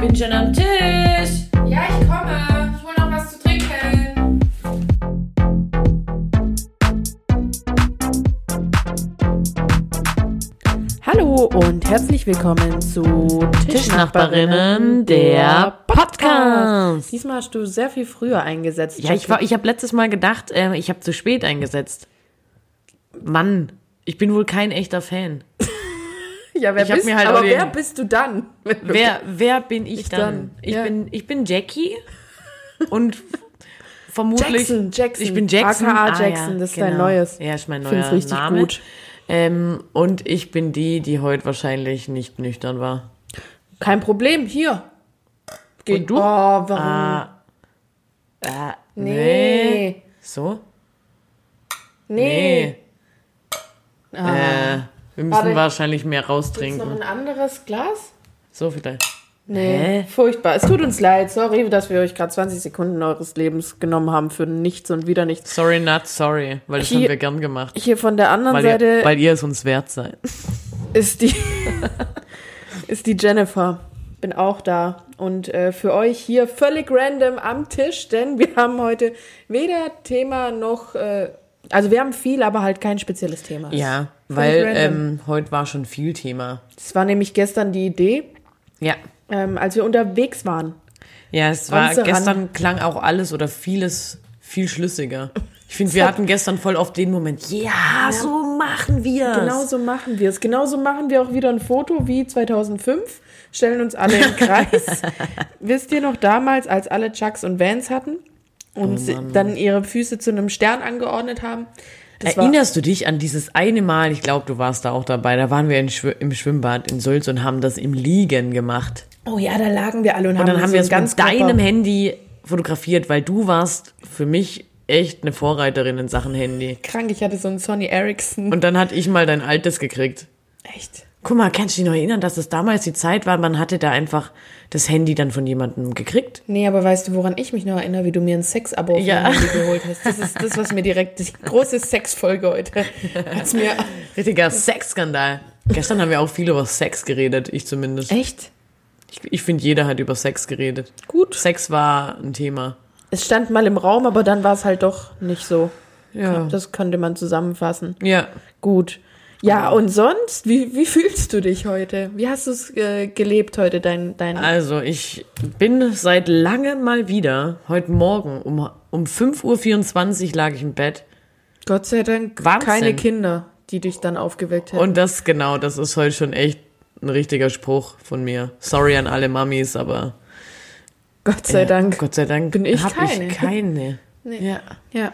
bin schon am Tisch. Ja, ich komme. Ich hole noch was zu trinken. Hallo und herzlich willkommen zu Tischnachbarinnen, der Podcast. Diesmal hast du sehr viel früher eingesetzt. Ja, ich, war- ich habe letztes Mal gedacht, äh, ich habe zu spät eingesetzt. Mann, ich bin wohl kein echter Fan. ja, wer ich hab bist, mir halt aber auch den- wer bist du dann? Wer, wer bin ich, Ich dann? dann, Ich, ja. bin, ich bin Jackie und vermutlich. Jackson, Jackson. Ich bin Jackson. Ah, genau. AKA Jackson, das ist dein neues. Ja, ist mein neuer Find's richtig Name. gut. Ähm, und ich bin die, die heute wahrscheinlich nicht nüchtern war. Kein Problem, hier. Geh Und du? Oh, warum? Ah. Ah, nee. nee. So? Nee. Ah. Äh, wir müssen Warte. wahrscheinlich mehr Ist noch raustrinken. ein anderes Glas? So vielleicht. Nee. Hä? Furchtbar. Es tut uns leid. Sorry, dass wir euch gerade 20 Sekunden eures Lebens genommen haben für nichts und wieder nichts. Sorry, not sorry. Weil das Hier- haben wir gern gemacht. Hier von der anderen Weil Seite ihr, weil ihr es uns wert seid. ist die, ist die Jennifer. Bin auch da. Und äh, für euch hier völlig random am Tisch, denn wir haben heute weder Thema noch. Äh, also, wir haben viel, aber halt kein spezielles Thema. Ja, weil random. ähm, heute war schon viel Thema. Es war nämlich gestern die Idee, Ja. ähm, als wir unterwegs waren. Ja, es war Ganze gestern klang auch alles oder vieles viel schlüssiger. Ich finde, wir hatten gestern voll auf den Moment. Ja, so machen wir. Genauso Genau machen wir es. Genauso machen wir auch wieder ein Foto wie 2005. Stellen uns alle im Kreis. Wisst ihr noch damals, als alle Chucks und Vans hatten Oh und sie- dann ihre Füße zu einem Stern angeordnet haben? Das war, Erinnerst du dich an dieses eine Mal, ich glaube, du warst da auch dabei, da waren wir in Schw im Schwimmbad in Sülz und haben das im Liegen gemacht. oh ja, da lagen wir alle und, Und dann haben so wir einen es mit Ganzkörper- deinem Handy fotografiert, weil du warst für mich echt eine Vorreiterin in Sachen Handy. krank. Ich hatte so einen Sony Ericsson. Und dann hatte ich mal dein altes gekriegt. Echt? Guck mal, kannst du dich noch erinnern, dass das damals die Zeit war, man hatte da einfach das Handy dann von jemandem gekriegt? Nee, aber weißt du, woran ich mich noch erinnere, wie du mir ein Sex-Abo auf Ja. deinem Handy geholt hast? Das ist das, was mir direkt die große Sex-Folge heute. Als mir Richtiger Sexskandal. Gestern haben wir auch viel über Sex geredet, ich zumindest. echt Ich, ich finde, jeder hat über Sex geredet. gut. Sex war ein Thema. Es stand mal im Raum, aber dann war es halt doch nicht so. Ja. Das könnte man zusammenfassen. Ja. Gut. Ja, Genau. und sonst, wie, wie fühlst du dich heute? Wie hast du es äh, gelebt heute, dein, dein Also, ich bin seit lange mal wieder, heute Morgen um, um 5.24 Uhr lag ich im Bett. Gott sei Dank Wahnsinn. keine Kinder, die dich dann aufgeweckt hätten. Und das, genau, das ist heute schon echt ein richtiger Spruch von mir. Sorry an alle Mamis, aber. Gott sei Ja, Dank. Gott sei Dank. Bin ich hab keine. Ich keine. Ja. Ja.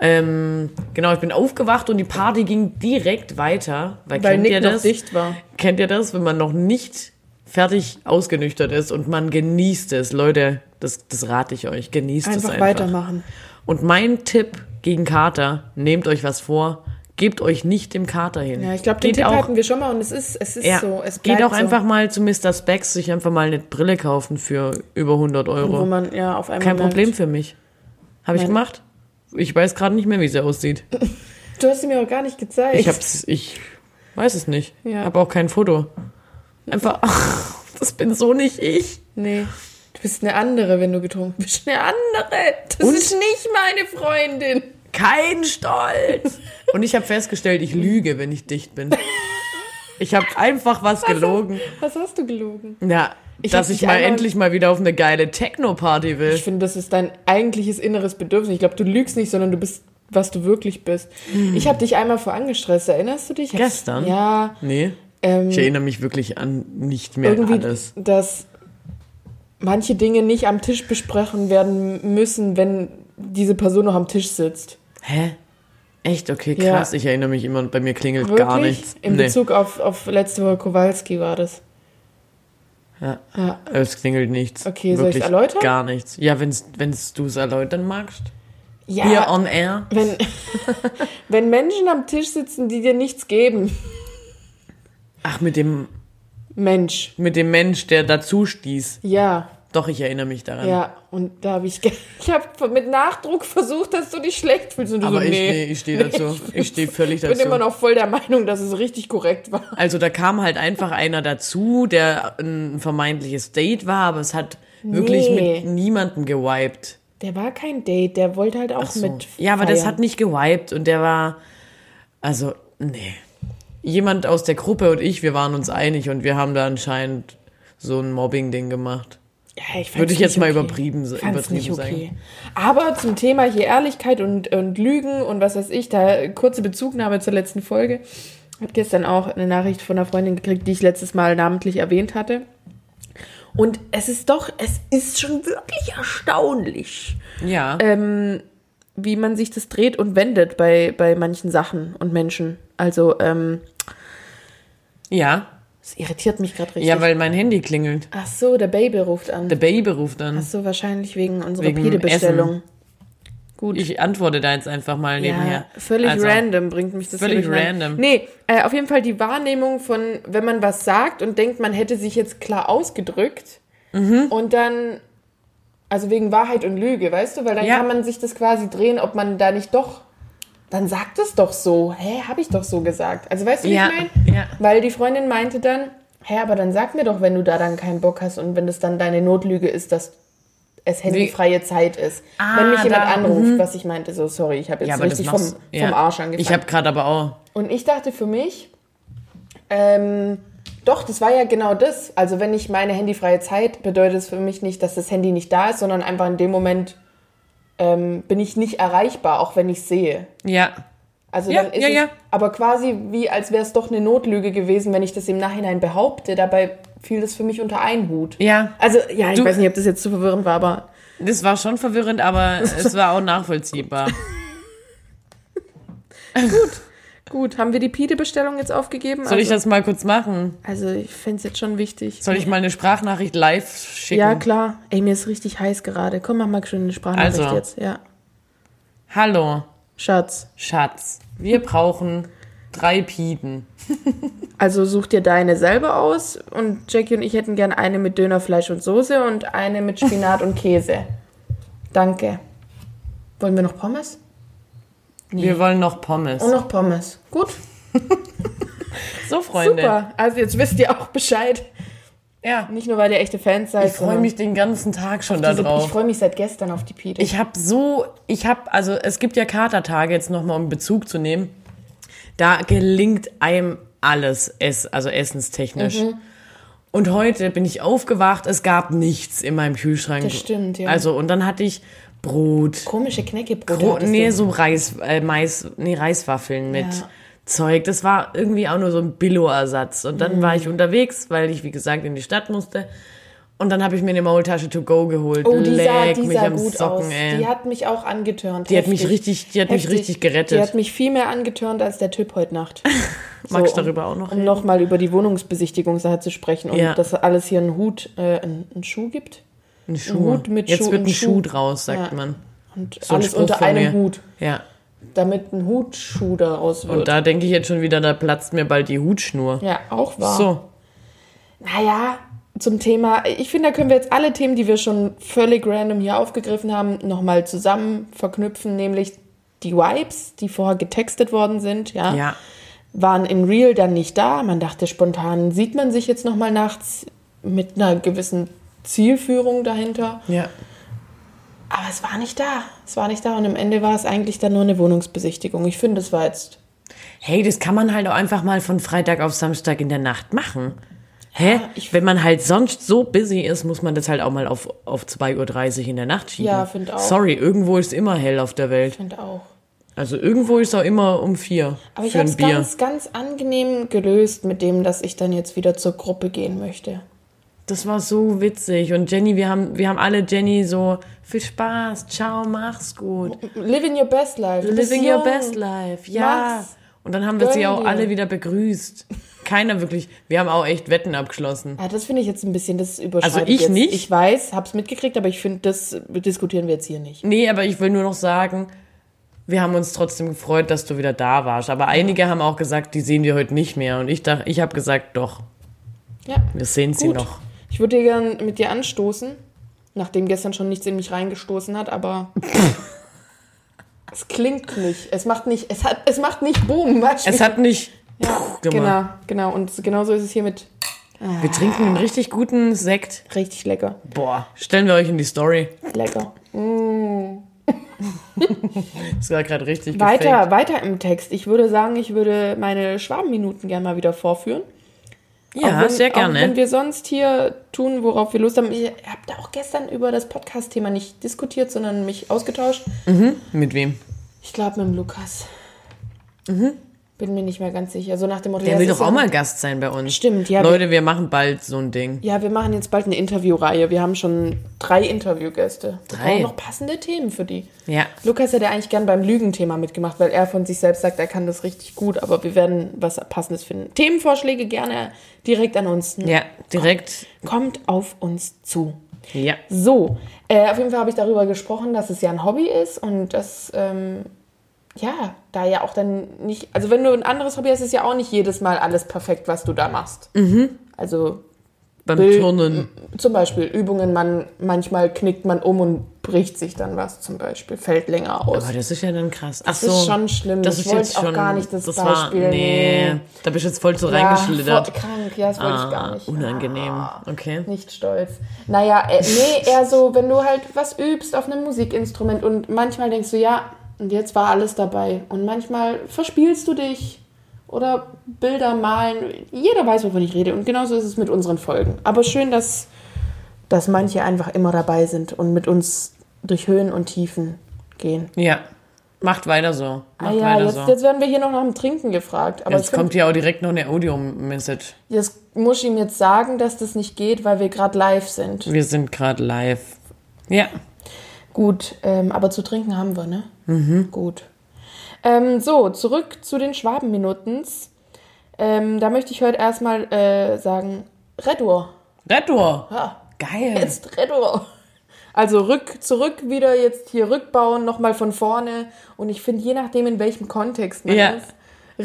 Ähm, genau, ich bin aufgewacht und die Party ging direkt weiter. Weil, Weil kennt ihr Nick noch das? dicht war. Kennt ihr das, wenn man noch nicht fertig ausgenüchtert ist und man genießt es? Leute, das, das rate ich euch. Genießt es Einfach, einfach. weitermachen. Und mein Tipp gegen Kater, nehmt euch was vor, gebt euch nicht dem Kater hin. Ja, ich glaube, den Geht Tipp auch, hatten wir schon mal und es ist, es ist ja, so. Es geht bleibt auch so. einfach mal zu Mr. Specs, sich einfach mal eine Brille kaufen für über 100 Wo Euro. man ja auf einmal. Kein merkt. Problem für mich. Habe ich Nein. gemacht. Ich weiß gerade nicht mehr, wie sie aussieht. Du hast sie mir auch gar nicht gezeigt. Ich hab's, ich weiß es nicht. Ja. Habe auch kein Foto. Einfach, ach, das bin so nicht ich. Nee. Du bist eine andere, wenn du getrunken bist. Eine andere. Das ist nicht meine Freundin. Kein Stolz. Und ich habe festgestellt, ich lüge, wenn ich dicht bin. Ich habe einfach was gelogen. Was hast du gelogen? Ja, Also, Ich hab dass ich dich mal einmal- endlich mal wieder auf eine geile Techno-Party will. Ich finde, das ist dein eigentliches inneres Bedürfnis. Ich glaube, du lügst nicht, sondern du bist, was du wirklich bist. Ich habe dich einmal vor angestresst, erinnerst du dich? Hab's- Gestern? Ja, Nee, ähm, ich erinnere mich wirklich an nicht mehr irgendwie, alles. dass manche Dinge nicht am Tisch besprochen werden müssen, wenn diese Person noch am Tisch sitzt. Hä? Echt? Okay, Ja. krass. Ich erinnere mich immer, bei mir klingelt Wirklich? gar nichts. Im Bezug auf, auf letzte Woche Kowalski war das. Ja. ja. Es klingelt nichts. Okay, soll ich's Wirklich erläutern? Gar nichts. Ja, wenn's, wenn's du's erläutern magst. Ja, Hier on air. wenn, wenn Menschen am Tisch sitzen, die dir nichts geben, Ach, mit dem, Mensch, mit dem Mensch, der dazu stieß. ja, Doch, ich erinnere mich daran. Ja, und da habe ich, ge- ich habe mit Nachdruck versucht, dass du dich schlecht fühlst. Und du Aber so, ich, nee, nee, ich stehe dazu. Ich stehe völlig Ich bin immer dazu. noch voll der Meinung, dass es richtig korrekt war. Also da kam halt einfach einer dazu, der ein vermeintliches Date war, aber es hat wirklich Nee. mit niemandem gewiped. Der war kein Date, der wollte halt auch Ach so. mit. Ja, aber das feiern. hat nicht gewiped und der war, also, nee. Jemand aus der Gruppe und ich, wir waren uns einig und wir haben da anscheinend so ein Mobbing-Ding gemacht. Ja, ich fand's Würde ich jetzt nicht mal okay. übertrieben, Ich fand's übertrieben nicht sagen. okay. Aber zum Thema hier Ehrlichkeit und, und Lügen und was weiß ich, da kurze Bezugnahme zur letzten Folge. Hat gestern auch eine Nachricht von einer Freundin gekriegt, die ich letztes Mal namentlich erwähnt hatte. Und es ist doch, es ist schon wirklich erstaunlich, Ja. Ähm, wie man sich das dreht und wendet bei, bei manchen Sachen und Menschen. Also, ähm, ja. es irritiert mich gerade richtig. Ja, weil mein Handy klingelt. Ach so, der Baby ruft an. Der Baby ruft an. Ach so, wahrscheinlich wegen unserer Wegen Pide-Bestellung. Gut. Ich antworte da jetzt einfach mal nebenher. ja, völlig Also, random bringt mich das hier völlig durcheinander. random. Nee, äh, auf jeden Fall die Wahrnehmung von, wenn man was sagt und denkt, man hätte sich jetzt klar ausgedrückt Mhm. und dann, also wegen Wahrheit und Lüge, weißt du, weil dann Ja. kann man sich das quasi drehen, ob man da nicht doch, dann sagt es doch so. Hä, habe ich doch so gesagt. Also weißt du, wie Ja, ich meine? ja. Weil die Freundin meinte dann, hä, aber dann sag mir doch, wenn du da dann keinen Bock hast und wenn das dann deine Notlüge ist, dass es handyfreie Zeit ist. wenn mich jemand Ah, da, mhm. anruft, was ich meinte, so sorry, ich habe jetzt Ja, aber das richtig vom, machst, vom ja. Arsch angefangen. Ich habe gerade aber auch. und ich dachte für mich, ähm, doch, das war ja genau das. Also wenn ich meine handyfreie Zeit, bedeutet es für mich nicht, dass das Handy nicht da ist, sondern einfach in dem Moment ähm, bin ich nicht erreichbar, auch wenn ich sehe. Ja. Also Ja, dann ist ja, es ja. aber quasi wie, als wäre es doch eine Notlüge gewesen, wenn ich das im Nachhinein behaupte. Dabei fiel das für mich unter einen Hut. Ja. Also, ja, ich Du- weiß nicht, ob das jetzt zu verwirrend war, aber Das war schon verwirrend, aber es war auch nachvollziehbar. gut, haben wir die Pide-Bestellung jetzt aufgegeben? Soll ich also, das mal kurz machen? Also, ich fände es jetzt schon wichtig. Soll ich mal eine Sprachnachricht live schicken? ja, klar. Ey, mir ist richtig heiß gerade. Komm, mach mal schön eine Sprachnachricht Also. jetzt. Ja. Hallo, Schatz, Schatz. Wir brauchen drei Piden. also such dir deine selber aus und Jackie und ich hätten gern eine mit Dönerfleisch und Soße und eine mit Spinat und Käse. Danke. Wollen wir noch Pommes? Wir wollen noch Pommes. Und noch Pommes. Gut. So, Freunde. Super, also jetzt wisst ihr auch Bescheid. Ja. Nicht nur, weil ihr echte Fans seid. Ich freue mich den ganzen Tag schon da diese, Ich drauf. freue mich seit gestern auf die Pide. Ich habe so, ich habe, also es gibt ja Katertage jetzt nochmal, um Bezug zu nehmen. Da gelingt einem alles, es, also essenstechnisch. Mhm. Und heute bin ich aufgewacht, es gab nichts in meinem Kühlschrank. Das stimmt, ja. Also, und dann hatte ich Brot, Komische Knäckebrote. Gro hattest nee, du. so Reis, äh, Mais, nee, Reiswaffeln mit Ja. Zeug. Das war irgendwie auch nur so ein Billo-Ersatz. Und dann Mhm. war ich unterwegs, weil ich, wie gesagt, in die Stadt musste. Und dann habe ich mir eine Maultasche to go geholt. Oh, die sah, Leck die mich sah am gut Socken, aus. ey. Die hat mich auch angetörnt. Die hat mich richtig- die hat mich richtig gerettet. Die hat mich viel mehr angetörnt als der Typ heute Nacht. Magst du darüber auch noch Um reden? nochmal über die Wohnungsbesichtigungssache zu sprechen und Ja. dass alles hier einen Hut, äh, einen, einen Schuh gibt. Ein Schuh. Hut mit Jetzt Schuh wird und ein Schuh, Schuh. draus, sagt Ja. man. Und So ein alles Spruch unter von einem mir. Hut, Ja. damit ein Hutschuh daraus wird. Und da denke ich jetzt schon wieder, da platzt mir bald die Hutschnur. ja, auch wahr. So. Naja, zum Thema, ich finde, da können wir jetzt alle Themen, die wir schon völlig random hier aufgegriffen haben, nochmal zusammen verknüpfen, nämlich die Vibes, die vorher getextet worden sind, ja, Ja. waren in Real dann nicht da. Man dachte spontan, sieht man sich jetzt nochmal nachts mit einer gewissen Zielführung dahinter. Ja. Aber es war nicht da. Es war nicht da und am Ende war es eigentlich dann nur eine Wohnungsbesichtigung. Ich finde, es war jetzt. Hey, das kann man halt auch einfach mal von Freitag auf Samstag in der Nacht machen. Hä? Ja, ich- Wenn man halt sonst so busy ist, muss man das halt auch mal auf, auf 2.30 Uhr in der Nacht schieben. Ja, find auch. Sorry, irgendwo ist immer hell auf der Welt. Ich finde auch. Also irgendwo ist auch immer um vier Aber ich für habe ein es Bier. ganz, ganz angenehm gelöst mit dem, dass ich dann jetzt wieder zur Gruppe gehen möchte. Das war so witzig. Und Jenny, wir haben, wir haben alle Jenny so, viel Spaß, ciao, mach's gut. Living your best life. Du bist Living your jung. best life, ja. Mach's. Und dann haben wir sie Gönn auch dir. alle wieder begrüßt. Keiner wirklich. Wir haben auch echt Wetten abgeschlossen. Ah, das finde ich jetzt ein bisschen, das überschreitet Also ich jetzt. nicht. Ich weiß, hab's mitgekriegt, aber ich finde, das diskutieren wir jetzt hier nicht. Nee, aber ich will nur noch sagen, wir haben uns trotzdem gefreut, dass du wieder da warst. Aber einige haben auch gesagt, die sehen wir heute nicht mehr. Und ich dachte, ich habe gesagt, doch, Ja, wir sehen sie gut. noch. Ich würde dir gern mit dir anstoßen. Nachdem gestern schon nichts in mich reingestoßen hat, aber. es klingt nicht. Es macht nicht. Es, hat, es macht nicht Boom. weißt du? Es hat nicht puh, gemacht. Genau, genau. Und genauso ist es hier mit Wir trinken einen richtig guten Sekt. richtig lecker. Boah, stellen wir euch in die Story. Lecker. Das war gerade richtig Weiter, gefaked. weiter im Text. Ich würde sagen, ich würde meine Schwabenminuten gerne mal wieder vorführen. Ja, Auch wenn, sehr Auch wenn gerne. wir sonst hier tun, worauf wir Lust haben. Ich habe da auch gestern über das Podcast-Thema nicht diskutiert, sondern mich ausgetauscht. Mit wem? Ich glaube mit dem Lukas. Bin mir nicht mehr ganz sicher. So nach dem Motto. Mhm. Der ja, will es ist doch auch so- mal Gast sein bei uns. Stimmt, ja, Leute, wir machen bald so ein Ding. Ja, wir machen jetzt bald eine Interviewreihe. Wir haben schon drei Interviewgäste. Wir Drei? brauchen noch passende Themen für die. Ja. Lukas hätte eigentlich gern beim Lügenthema mitgemacht, weil er von sich selbst sagt, er kann das richtig gut, aber wir werden was Passendes finden. Themenvorschläge gerne direkt an uns. Ja, direkt. Kommt auf uns zu. Ja. So, äh, auf jeden Fall habe ich darüber gesprochen, dass es ja ein Hobby ist und dass, ähm, ja, da ja auch dann nicht, also wenn du ein anderes Hobby hast, ist ja auch nicht jedes Mal alles perfekt, was du da machst. Also Beim Bild- Turnen. zum Beispiel Übungen, man, manchmal knickt man um und bricht sich dann was, zum Beispiel, fällt länger aus. Aber das ist ja dann krass. Ach so. ist schon schlimm. Das Ich ist jetzt wollte auch schon, gar nicht das Beispiel, War, nee. nee. Da bist du jetzt voll so Ja, reingeschlittert. voll krank, ja, das wollte ich gar Ah, nicht. unangenehm. Ah, Okay. Nicht stolz. Naja, äh, nee, eher so, wenn du halt was übst auf einem Musikinstrument und manchmal denkst du, ja, und jetzt war alles dabei. Und manchmal verspielst du dich oder Bilder malen. Jeder weiß, wovon ich rede. Und genauso ist es mit unseren Folgen. Aber schön, dass, dass manche einfach immer dabei sind und mit uns durch Höhen und Tiefen gehen. Ja. Macht weiter so. Macht Ah ja, weiter jetzt, so. jetzt werden wir hier noch nach dem Trinken gefragt. Aber ich jetzt find- kommt ja auch direkt noch eine Audio-Message. Das muss ich ihm jetzt sagen, dass das nicht geht, weil wir gerade live sind. Wir sind gerade live. Ja. Gut, ähm, aber zu trinken haben wir, ne? Mhm. Gut. Ähm, so, zurück zu den Schwabenminutens. Ähm, da möchte ich heute erstmal äh, sagen, Redur. Rettor. Ja, Geil. jetzt Redur. Also rück, zurück wieder, jetzt hier rückbauen, nochmal von vorne. Und ich finde, je nachdem, in welchem Kontext man Ja. ist,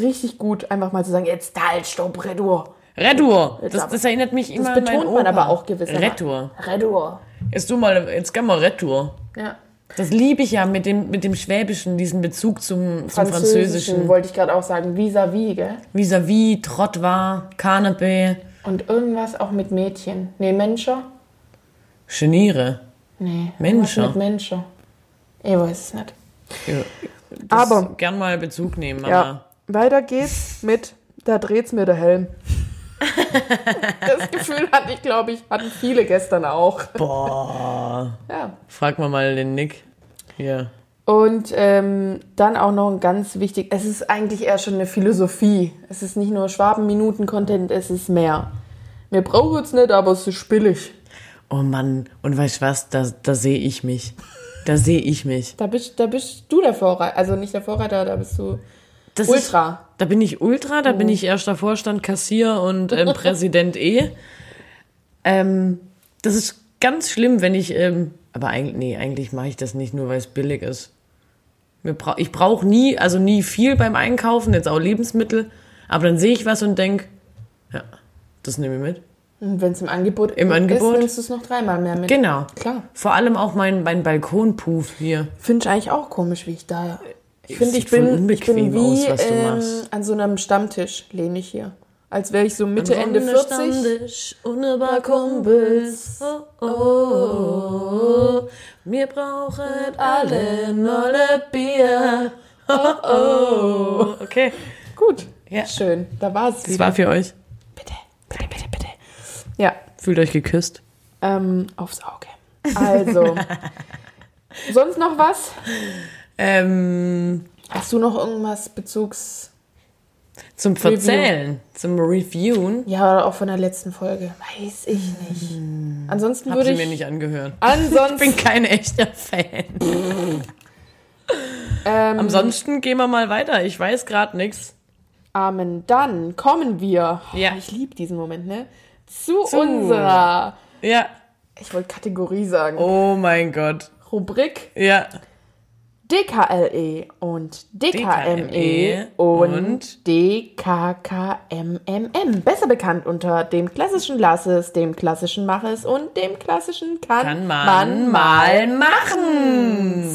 richtig gut, einfach mal zu sagen, jetzt halt, stopp, Redur. Retour. Jetzt Das, ab- das erinnert mich immer Das an meinen betont man Opa. aber auch gewissermaßen. Retour. Redur. Jetzt du mal, jetzt kann mal Retour. Ja. Das liebe ich ja mit dem, mit dem Schwäbischen, diesen Bezug zum, zum Französischen. wollte ich gerade auch sagen. Vis-à-vis, gell? Vis-à-vis, Trottoir, Canapé, Und irgendwas auch mit Mädchen. Nee, Menscher? Geniere. Nee. Menscher. irgendwas Mit Menscher. Ich weiß es nicht. Ja, das Aber, Gern mal Bezug nehmen, Mama. ja. Weiter geht's mit, da dreht's mir der Helm. das Gefühl hatte ich, glaube ich, hatten viele gestern auch. Boah. Ja. Frag mal mal den Nick. Ja. Und ähm, dann auch noch ein ganz wichtig, es ist eigentlich eher schon eine Philosophie. Es ist nicht nur Schwaben-Minuten-Content, es ist mehr. Wir brauchen es nicht, aber es ist billig. Oh Mann. Und weißt du was? Da, da sehe ich mich. Da sehe ich mich. Da bist, da bist du der Vorreiter. Also nicht der Vorreiter, da bist du Das ist- Ultra. Da bin ich Ultra, da bin ich erster Vorstand, Kassier und ähm, Präsident E. Ähm, das ist ganz schlimm, wenn ich. Ähm, aber eigentlich, nee, eigentlich mache ich das nicht nur, weil es billig ist. Mir bra ich brauche nie, also nie viel beim Einkaufen, jetzt auch Lebensmittel. Aber dann sehe ich was und denke, ja, das nehme ich mit. Und wenn es im Angebot Im ist, Angebot? nimmst du es noch dreimal mehr mit. Genau. Klar. Vor allem auch mein, mein Balkonpuff hier. Finde ich eigentlich auch komisch, wie ich da. Ich sieht finde, ich voll bin, ich bin unbequem wie aus, was du ähm, machst. an so einem Stammtisch, lehne ich hier. Als wäre ich so Mitte, Ende 40. ohne Balkonbiss. Oh, oh, oh. Wir brauchen alle neue Bier. Oh, oh. Okay, Gut. Ja. Schön. Da war es das wieder. war für euch. Bitte, bitte, bitte, bitte. Ja, Fühlt euch geküsst. ähm, aufs Auge. Also. Sonst noch was? Ähm, Hast du noch irgendwas Bezugs. zum Verzählen, zum Reviewen. Ja, oder auch von der letzten Folge. Weiß ich nicht. Ansonsten Hab würde ich. sie mir nicht angehört. Ich Ansonsten. bin kein echter Fan. ähm, Ansonsten gehen wir mal weiter. Ich weiß gerade nichts. Amen. Dann kommen wir. Oh, Ja. Ich liebe diesen Moment, ne? Zu, Zu. unserer. Ja. Ich wollte Kategorie sagen. Oh mein Gott. Rubrik Ja. DKLE E und DKME DKME E und DKKMMM. Besser bekannt unter dem klassischen Lass es, dem klassischen Mach es und dem klassischen Kann, Kann man, mal machen.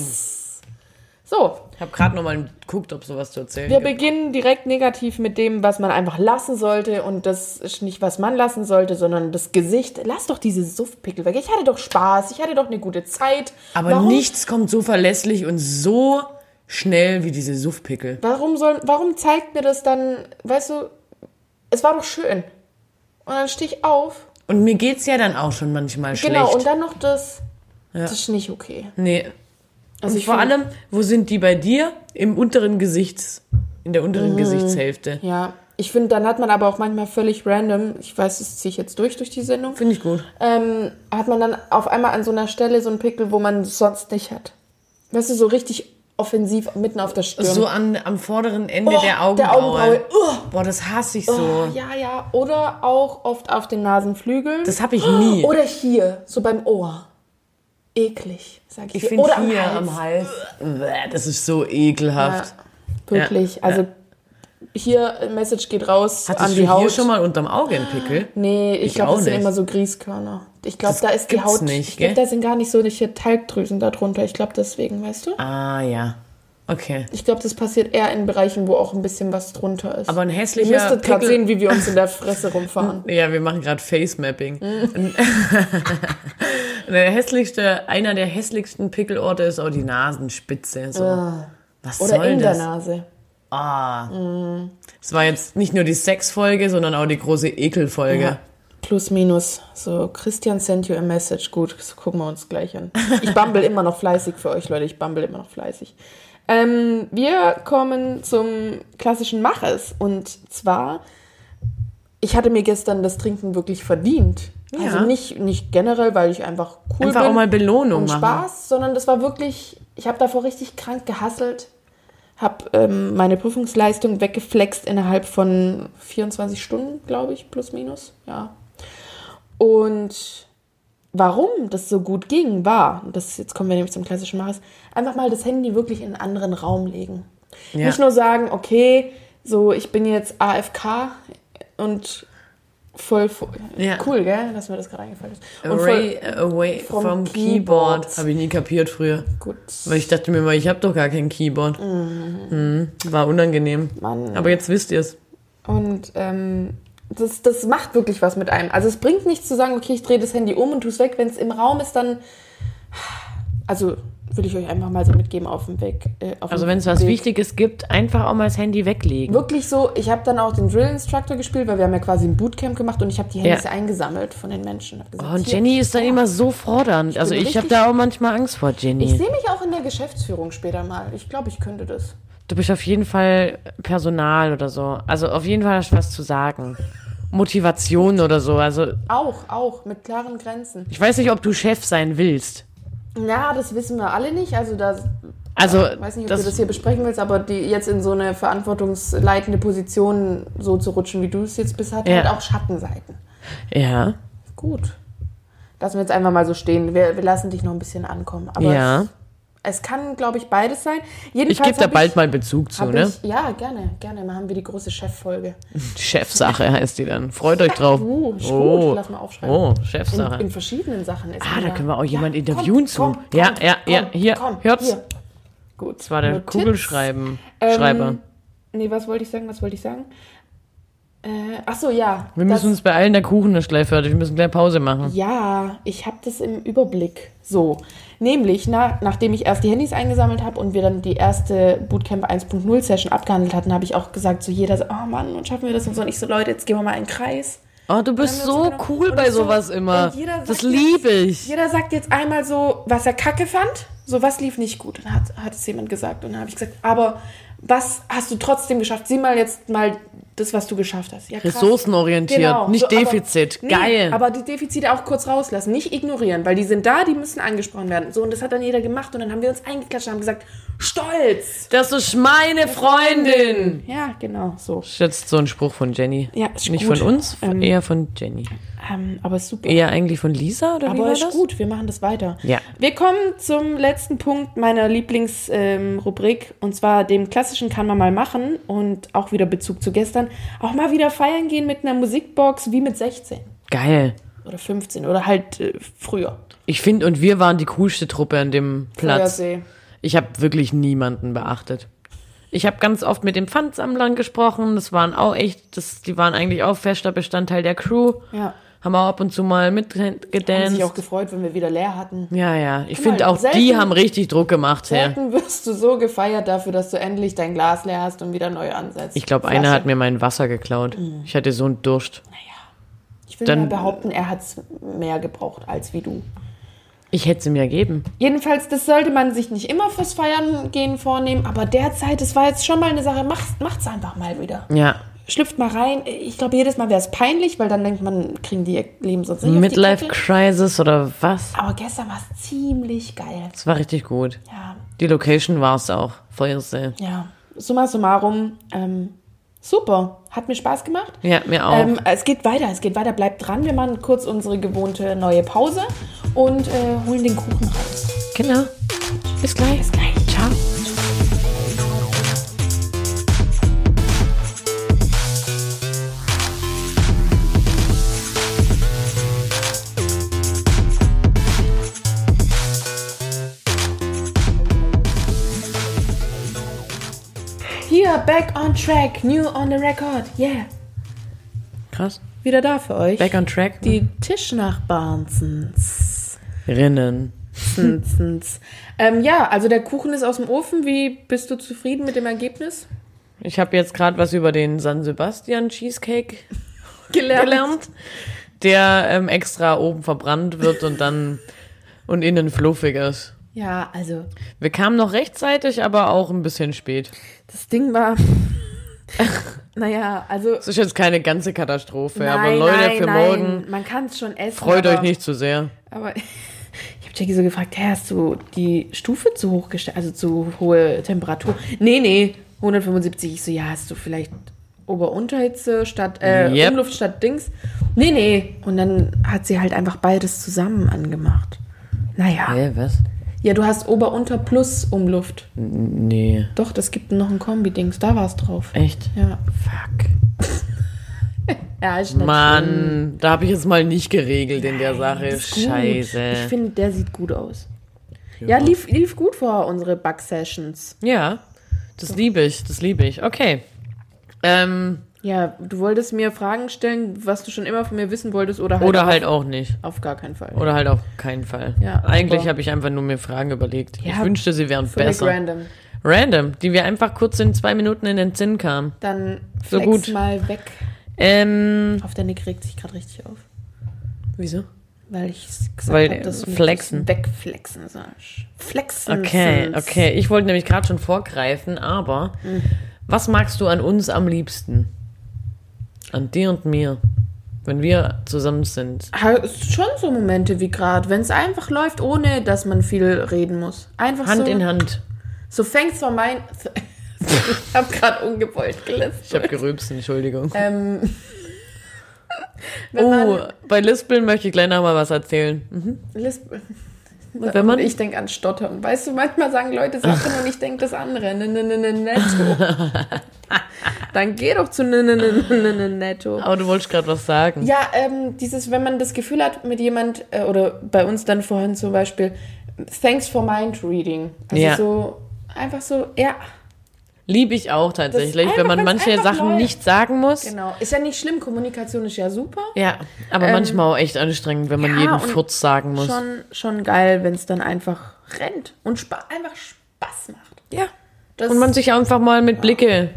So, Ich habe gerade nochmal geguckt, ob sowas zu erzählen wir gibt. beginnen direkt negativ mit dem, was man einfach lassen sollte. Und das ist nicht, was man lassen sollte, sondern das Gesicht. Lass doch diese Suffpickel weg. Ich hatte doch Spaß, ich hatte doch eine gute Zeit. Aber Warum- nichts kommt so verlässlich und so schnell wie diese Suffpickel. Warum soll, warum zeigt mir das dann, weißt du, es war doch schön. Und dann stehe ich auf. Und mir geht's ja dann auch schon manchmal Genau, und schlecht. dann noch das. Das ist nicht okay. nee. Also Vor find- allem, wo sind die bei dir? Im unteren Gesichts, in der unteren Gesichtshälfte. Mhm. Ja. Ich finde, dann hat man aber auch manchmal völlig random, ich weiß, das ziehe ich jetzt durch durch die Sendung, Finde ich gut. ähm, hat man dann auf einmal an so einer Stelle so einen Pickel, wo man sonst nicht hat. Weißt du, so richtig offensiv mitten auf der Stirn. So an, am vorderen Ende Also- Oh, der der Augenbraue. Augenbraue. Ugh. Boah, das hasse ich so. Ah, Ja, ja. Oder auch oft auf den Nasenflügeln. Das habe ich nie. Oder hier, so beim Ohr. Eklig, sag ich, ich dir. finde Oder hier am Hals. am Hals. Bäh, Das ist so ekelhaft. Wirklich. Ja, Also hier, Message geht raus Hattest an du die Haut. hier schon mal unterm Auge einen Pickel? Nee, ich, Ich glaube, auch das sind nicht. immer so Grießkörner. Ich glaube, Das da ist die gibt's Haut. nicht, ich glaube, gell? da sind gar nicht so nicht hier Talgdrüsen darunter. Ich glaube deswegen, weißt du? Ah ja. Okay. Ich glaube, das passiert eher in Bereichen, wo auch ein bisschen was drunter ist. Aber ein Ihr hässlicher müsstet gerade Pickel- sehen, wie wir uns in der Fresse rumfahren. Ja, wir machen gerade Face-Mapping. der hässlichste, einer der hässlichsten Pickelorte ist auch die Nasenspitze. So. Was Ah. Oder Mhm. soll in das? der Nase. Ah. Es war jetzt nicht nur die Sexfolge, sondern auch die große Ekelfolge. Ja. Plus, minus. So, Christian sent you a message. Gut, das gucken wir uns gleich an. Ich bumble immer noch fleißig für euch, Leute. Ich bumble immer noch fleißig. Ähm, wir kommen zum klassischen Mach es. Und zwar, ich hatte mir gestern das Trinken wirklich verdient. Also Ja. nicht, nicht generell, weil ich einfach cool Einfach bin auch mal Belohnung und machen. Spaß, sondern das war wirklich, ich habe davor richtig krank gehasselt. Hab ähm, meine Prüfungsleistung weggeflext innerhalb von 24 Stunden, glaube ich, plus minus, ja. Und warum das so gut ging, war, und das jetzt kommen wir nämlich zum klassischen Maris, einfach mal das Handy wirklich in einen anderen Raum legen. Ja. Nicht nur sagen, okay, so ich bin jetzt AFK und voll, voll Ja. cool, gell, dass mir das gerade eingefallen ist. Und voll, Away, away vom from, Keyboard. Keyboard. Habe ich nie kapiert früher. gut. Weil ich dachte mir mal, ich habe doch gar kein Keyboard. Mhm. War unangenehm. Mann. Aber jetzt wisst ihr es. Und ähm, das, das macht wirklich was mit einem. Also es bringt nichts zu sagen, okay, ich drehe das Handy um und tue es weg. Wenn es im Raum ist, dann... Also will ich euch einfach mal so mitgeben auf dem Weg. Äh, auf Also dem wenn es was Weg. Wichtiges gibt, einfach auch mal das Handy weglegen. Wirklich so, ich habe dann auch den Drill Instructor gespielt, weil wir haben ja quasi ein Bootcamp gemacht und ich habe die Handys Ja. eingesammelt von den Menschen. Hab gesagt, Oh, und hier, Jenny ist dann immer so fordernd. Also ich habe richtig- da auch manchmal Angst vor Jenny. Ich sehe mich auch in der Geschäftsführung später mal. Ich glaube, ich könnte das. Du bist auf jeden Fall Personal oder so. Also auf jeden Fall hast du was zu sagen. Motivation oder so. Also Auch, auch, mit klaren Grenzen. ich weiß nicht, ob du Chef sein willst. Na, das wissen wir alle nicht. Also da Also weiß nicht, ob das, du das hier besprechen willst, aber die jetzt in so eine verantwortungsleitende Position so zu rutschen, wie du es jetzt bist, hat Ja. halt auch Schattenseiten. ja, Gut. Lassen wir jetzt einfach mal so stehen. Wir, wir lassen dich noch ein bisschen ankommen. Aber ja. es kann, glaube ich, beides sein. Ich Jedenfalls gebe da hab bald mal Bezug zu, hab ne? ich, ja, gerne, gerne. Mal haben wir die große Cheffolge. Chefsache heißt die dann. Freut euch drauf. Uh, ist gut. Lass mal aufschreiben. Oh, In, Chefsache. in verschiedenen Sachen ist ah, da wieder- können wir auch Ja, jemanden komm, interviewen zu. komm, komm, ja, ja, ja, komm, hier. komm, hört's? hier. Gut. Das war der Notiz. Kugelschreiben. Ähm, Schreiber. Nee, was wollte ich sagen? Was wollte ich sagen? Äh, ach so, ja. Wir müssen uns beeilen, der Kuchen ist gleich fertig. Wir müssen gleich Pause machen. Ja, ich habe das im Überblick. So, nämlich na, nachdem ich erst die Handys eingesammelt habe und wir dann die erste Bootcamp 1.0 Session abgehandelt hatten, habe ich auch gesagt zu so jeder, so, oh Mann, und schaffen wir das und so. Und ich so, Leute, jetzt gehen wir mal in den Kreis. Oh, du Haben bist wir uns so genommen. cool Und bei das so- sowas immer. und jeder sagt Das jetzt- liebe ich. Jeder sagt jetzt einmal so, was er kacke fand, so was lief nicht gut. Und dann hat, hat es jemand gesagt. Und dann habe ich gesagt, aber was hast du trotzdem geschafft? Sieh mal jetzt mal das, was du geschafft hast. Ja, krass. Ressourcenorientiert, nicht Defizit. Genau. nee, Geil. Aber die Defizite auch kurz rauslassen, nicht ignorieren, weil die sind da, die müssen angesprochen werden. So, und das hat dann jeder gemacht. Und dann haben wir uns eingeklatscht und haben gesagt, stolz. Das ist meine Freundin. Ja, genau, so. Das ist jetzt so ein Spruch von Jenny. Ja, ist Nicht gut. von uns, Ähm, eher von Jenny. Ähm, aber ist super. Eher eigentlich von Lisa oder wie Aber war ist das? gut, wir machen das weiter. Ja. Wir kommen zum letzten Punkt meiner Lieblingsrubrik ähm, Rubrik, und zwar dem klassischen kann man mal machen und auch wieder Bezug zu gestern. Auch mal wieder feiern gehen mit einer Musikbox wie mit 16 Geil. oder 15 oder halt äh, früher. Ich finde, und wir waren die coolste Truppe an dem Platz. Feuersee. Ich habe wirklich niemanden beachtet. Ich habe ganz oft mit den Pfandsammlern gesprochen. Das waren auch echt, das, die waren eigentlich auch fester Bestandteil der Crew. Ja. Haben auch ab und zu mal Haben sich auch mitgedanced. gefreut, wenn wir wieder leer hatten. Ja, ja. Ich mal, finde auch, die selten- haben richtig Druck gemacht. Ja. Selten wirst du so gefeiert dafür, dass du endlich dein Glas leer hast und wieder neu ansetzt. Ich glaube, einer hat mir mein Wasser geklaut. Mhm. Ich hatte so einen Durst. Ich will dann- mal behaupten, er hat es mehr gebraucht als wie du. Ich hätte sie mir geben. Jedenfalls, das sollte man sich nicht immer fürs Feiern gehen vornehmen, aber derzeit, das war jetzt schon mal eine Sache, macht's, macht's einfach mal wieder. Ja. Schlüpft mal rein. Ich glaube, jedes Mal wäre es peinlich, weil dann denkt man, kriegen die ihr Leben sonst nicht auf die Kette. Midlife-Crisis oder was? Aber gestern war es ziemlich geil. Das war richtig gut. Ja, Die Location war es auch. Feuersee. ja. Summa summarum, ähm, super. Hat mir Spaß gemacht. Ja, mir auch. Ähm, es geht weiter, es geht weiter. Bleibt dran, wir machen kurz unsere gewohnte neue Pause und äh, holen den Kuchen raus. Genau. Bis gleich. Bis gleich. Ciao. Hier, back on track, new on the record, yeah. Krass. Wieder da für euch. Back on track. Die Tischnachbarn sind's. Rinnen. sind's. Ähm, ja, also der Kuchen ist aus dem Ofen. Wie bist du zufrieden mit dem Ergebnis? Ich habe jetzt gerade was über den San Sebastian Cheesecake gelernt, der ähm, extra oben verbrannt wird und dann und innen fluffig ist. Ja, also Wir kamen noch rechtzeitig, aber auch ein bisschen spät. das Ding war. naja, also. Es ist jetzt keine ganze Katastrophe, aber nein, Leute, nein, für nein. morgen Man kann es schon essen. freut aber, euch nicht zu sehr. Aber ich habe Jackie so gefragt: Hä, hast du die Stufe zu hoch gestellt? Also zu hohe Temperatur? Nee, nee, 175. Ich so: Ja, hast du vielleicht Ober-Unterhitze statt. Äh, Yep. Umluft statt Dings? Nee, nee. Und dann hat sie halt einfach beides zusammen angemacht. Naja. Ah. was? Ja, du hast Ober-Unter plus Umluft. Nee. Doch, das gibt noch ein Kombi-Dings. Da war es drauf. Echt? Ja. Fuck. Ja, ist nicht schlimm. Mann, da habe ich jetzt mal nicht geregelt in der Sache. Ist gut. Ich Scheiße. finde, der sieht gut aus. Ja, lief, lief gut vor unsere Bug-Sessions. Ja, das liebe ich, das liebe ich. Okay. Ähm, Ja, du wolltest mir Fragen stellen, was du schon immer von mir wissen wolltest oder halt, oder halt auch nicht. auf gar keinen Fall. Oder halt auf keinen Fall. Ja, Eigentlich aber- habe ich einfach nur mir Fragen überlegt. Ja, ich wünschte, sie wären Völlig besser. Random. random. die wir einfach kurz in zwei Minuten in den Sinn kamen. Dann flex So gut. mal weg. Ähm, Auf der Nick regt sich gerade richtig auf. wieso? Weil ich gesagt Weil, habe, dass äh, du mich flexen. wegflexen sagst. Flexen. Okay, okay. Ich wollte nämlich gerade schon vorgreifen, aber was magst du an uns am liebsten? An dir und mir, wenn wir zusammen sind. Ha- ist schon so Momente wie gerade, wenn es einfach läuft, ohne dass man viel reden muss. Einfach Hand so. in Hand. So fängst du mein. ich habe gerade ungewollt Ich habe gelistet. gerülpst, Entschuldigung. Ähm, wenn oh, man bei Lispeln möchte ich gleich nochmal was erzählen. Mhm. Lisp Und wenn man ich denke an Stottern. Weißt du, manchmal sagen Leute Sachen und ich denke das andere. Ne, ne, ne, ne, netto. Dann geh doch zu ne, ne, ne, ne, ne, ne, netto. Aber du wolltest gerade was sagen. Ja, ähm, dieses, wenn man das Gefühl hat, mit jemand äh, oder bei uns dann vorhin zum Beispiel, thanks for mind reading. Also Ja. so, einfach so, ja, Liebe ich auch tatsächlich, einfach, wenn man wenn's manche einfach Sachen läuft. nicht sagen muss. genau. Ist ja nicht schlimm, Kommunikation ist ja super. Ja, aber manchmal auch echt anstrengend, wenn man Ja, jeden und Furz sagen muss. Schon, schon geil, wenn es dann einfach rennt und spa einfach Spaß macht. Ja. Das, Und man sich einfach mal mit Blicke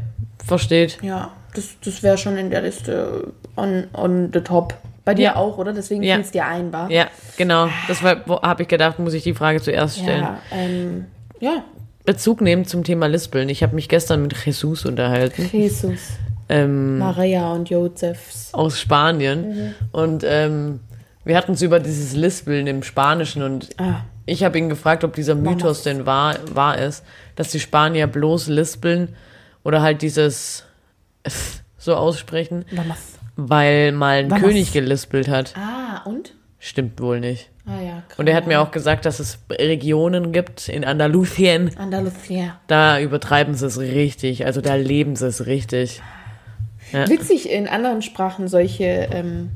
versteht. ja, das, das wäre schon in der Liste on, on the top. Bei dir Ja. auch, oder? Deswegen Ja. fiel es dir ein, war. Ja, genau. Das habe ich gedacht, muss ich die Frage zuerst stellen. ja, ähm, ja. Bezug nehmen zum Thema Lispeln. Ich habe mich gestern mit Jesus unterhalten Jesus, ähm, Maria und Josefs. aus Spanien. Mhm. Und ähm, wir hatten es über dieses Lispeln im Spanischen und Ah. ich habe ihn gefragt, ob dieser Mythos denn wahr, wahr ist, dass die Spanier bloß lispeln oder halt dieses so aussprechen, Mamas. weil mal ein War was? König gelispelt hat. Ah, und? Stimmt wohl nicht. Ah ja, krass. Und er hat mir auch gesagt, dass es Regionen gibt in Andalusien, Andalusia. da übertreiben sie es richtig, also da leben sie es richtig. Ja. Witzig in anderen Sprachen solche, ähm,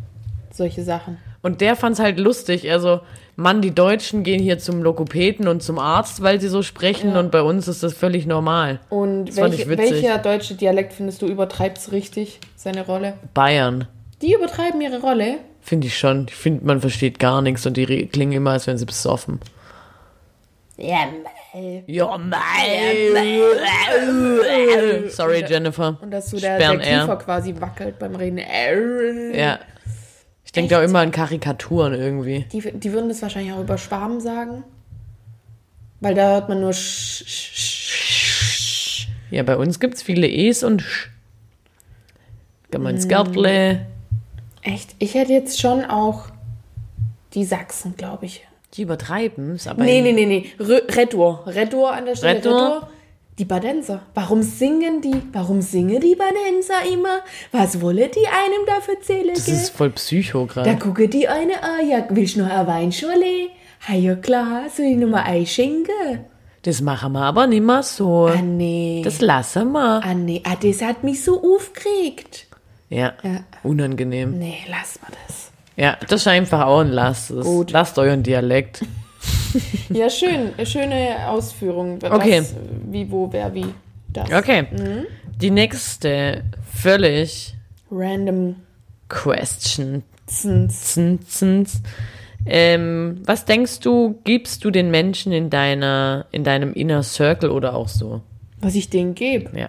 solche Sachen. Und der fand's halt lustig. Also, Mann, die Deutschen gehen hier zum Lokopäden und zum Arzt, weil sie so sprechen und bei uns ist das völlig normal. Und Das fand welche, ich witzig. welcher deutsche Dialekt findest du übertreibt's richtig, seine Rolle? Bayern, Die übertreiben ihre Rolle. finde ich schon. Ich finde, man versteht gar nichts und die re- klingen immer, als wären sie besoffen. Ja, mei. Ja, mei. Sorry, Jennifer. Und dass so der, der Sperren R. Kiefer quasi wackelt beim Reden. Äh, Ja. Ich denke da immer an Karikaturen irgendwie. Die, die würden das wahrscheinlich auch über Schwaben sagen. Weil da hört man nur Sch, Sch, Sch, Sch. Ja, bei uns gibt's viele E's und Sch. Gemein Skärtle. Echt? Ich hätte jetzt schon auch die Sachsen, glaube ich. Die übertreiben's, aber. Nee, nee, nee, nee. Rö- Redur. Redur an der Stelle. Redur. Redur. Die Badenser. Warum singen die? Warum singen die Badenser immer? Was wolle die einem dafür zählen? Das ist voll Psycho Da gerade. gucke die eine an, ja, willst du noch ein Weinschorle? Ha, ja klar, soll ich noch mal einschenken? Das machen wir aber nicht mal so. Ah, nee. Das lassen wir. ah, nee. Ah, das hat mich so aufgeregt. Ja. Ja. Unangenehm. Nee, lass mal das. Ja, das ist einfach auch ein Lass. Das- Gut. Lasst euren Dialekt. Ja, schön. Schöne Ausführung. Das, Okay. Wie, wo, wer, wie. Das. Okay. Die nächste völlig Random. question. Zins. Zn, zn, zn. Ähm, was denkst du, gibst du den Menschen in deiner, in deinem Inner Circle oder auch so? Was ich denen gebe. Ja.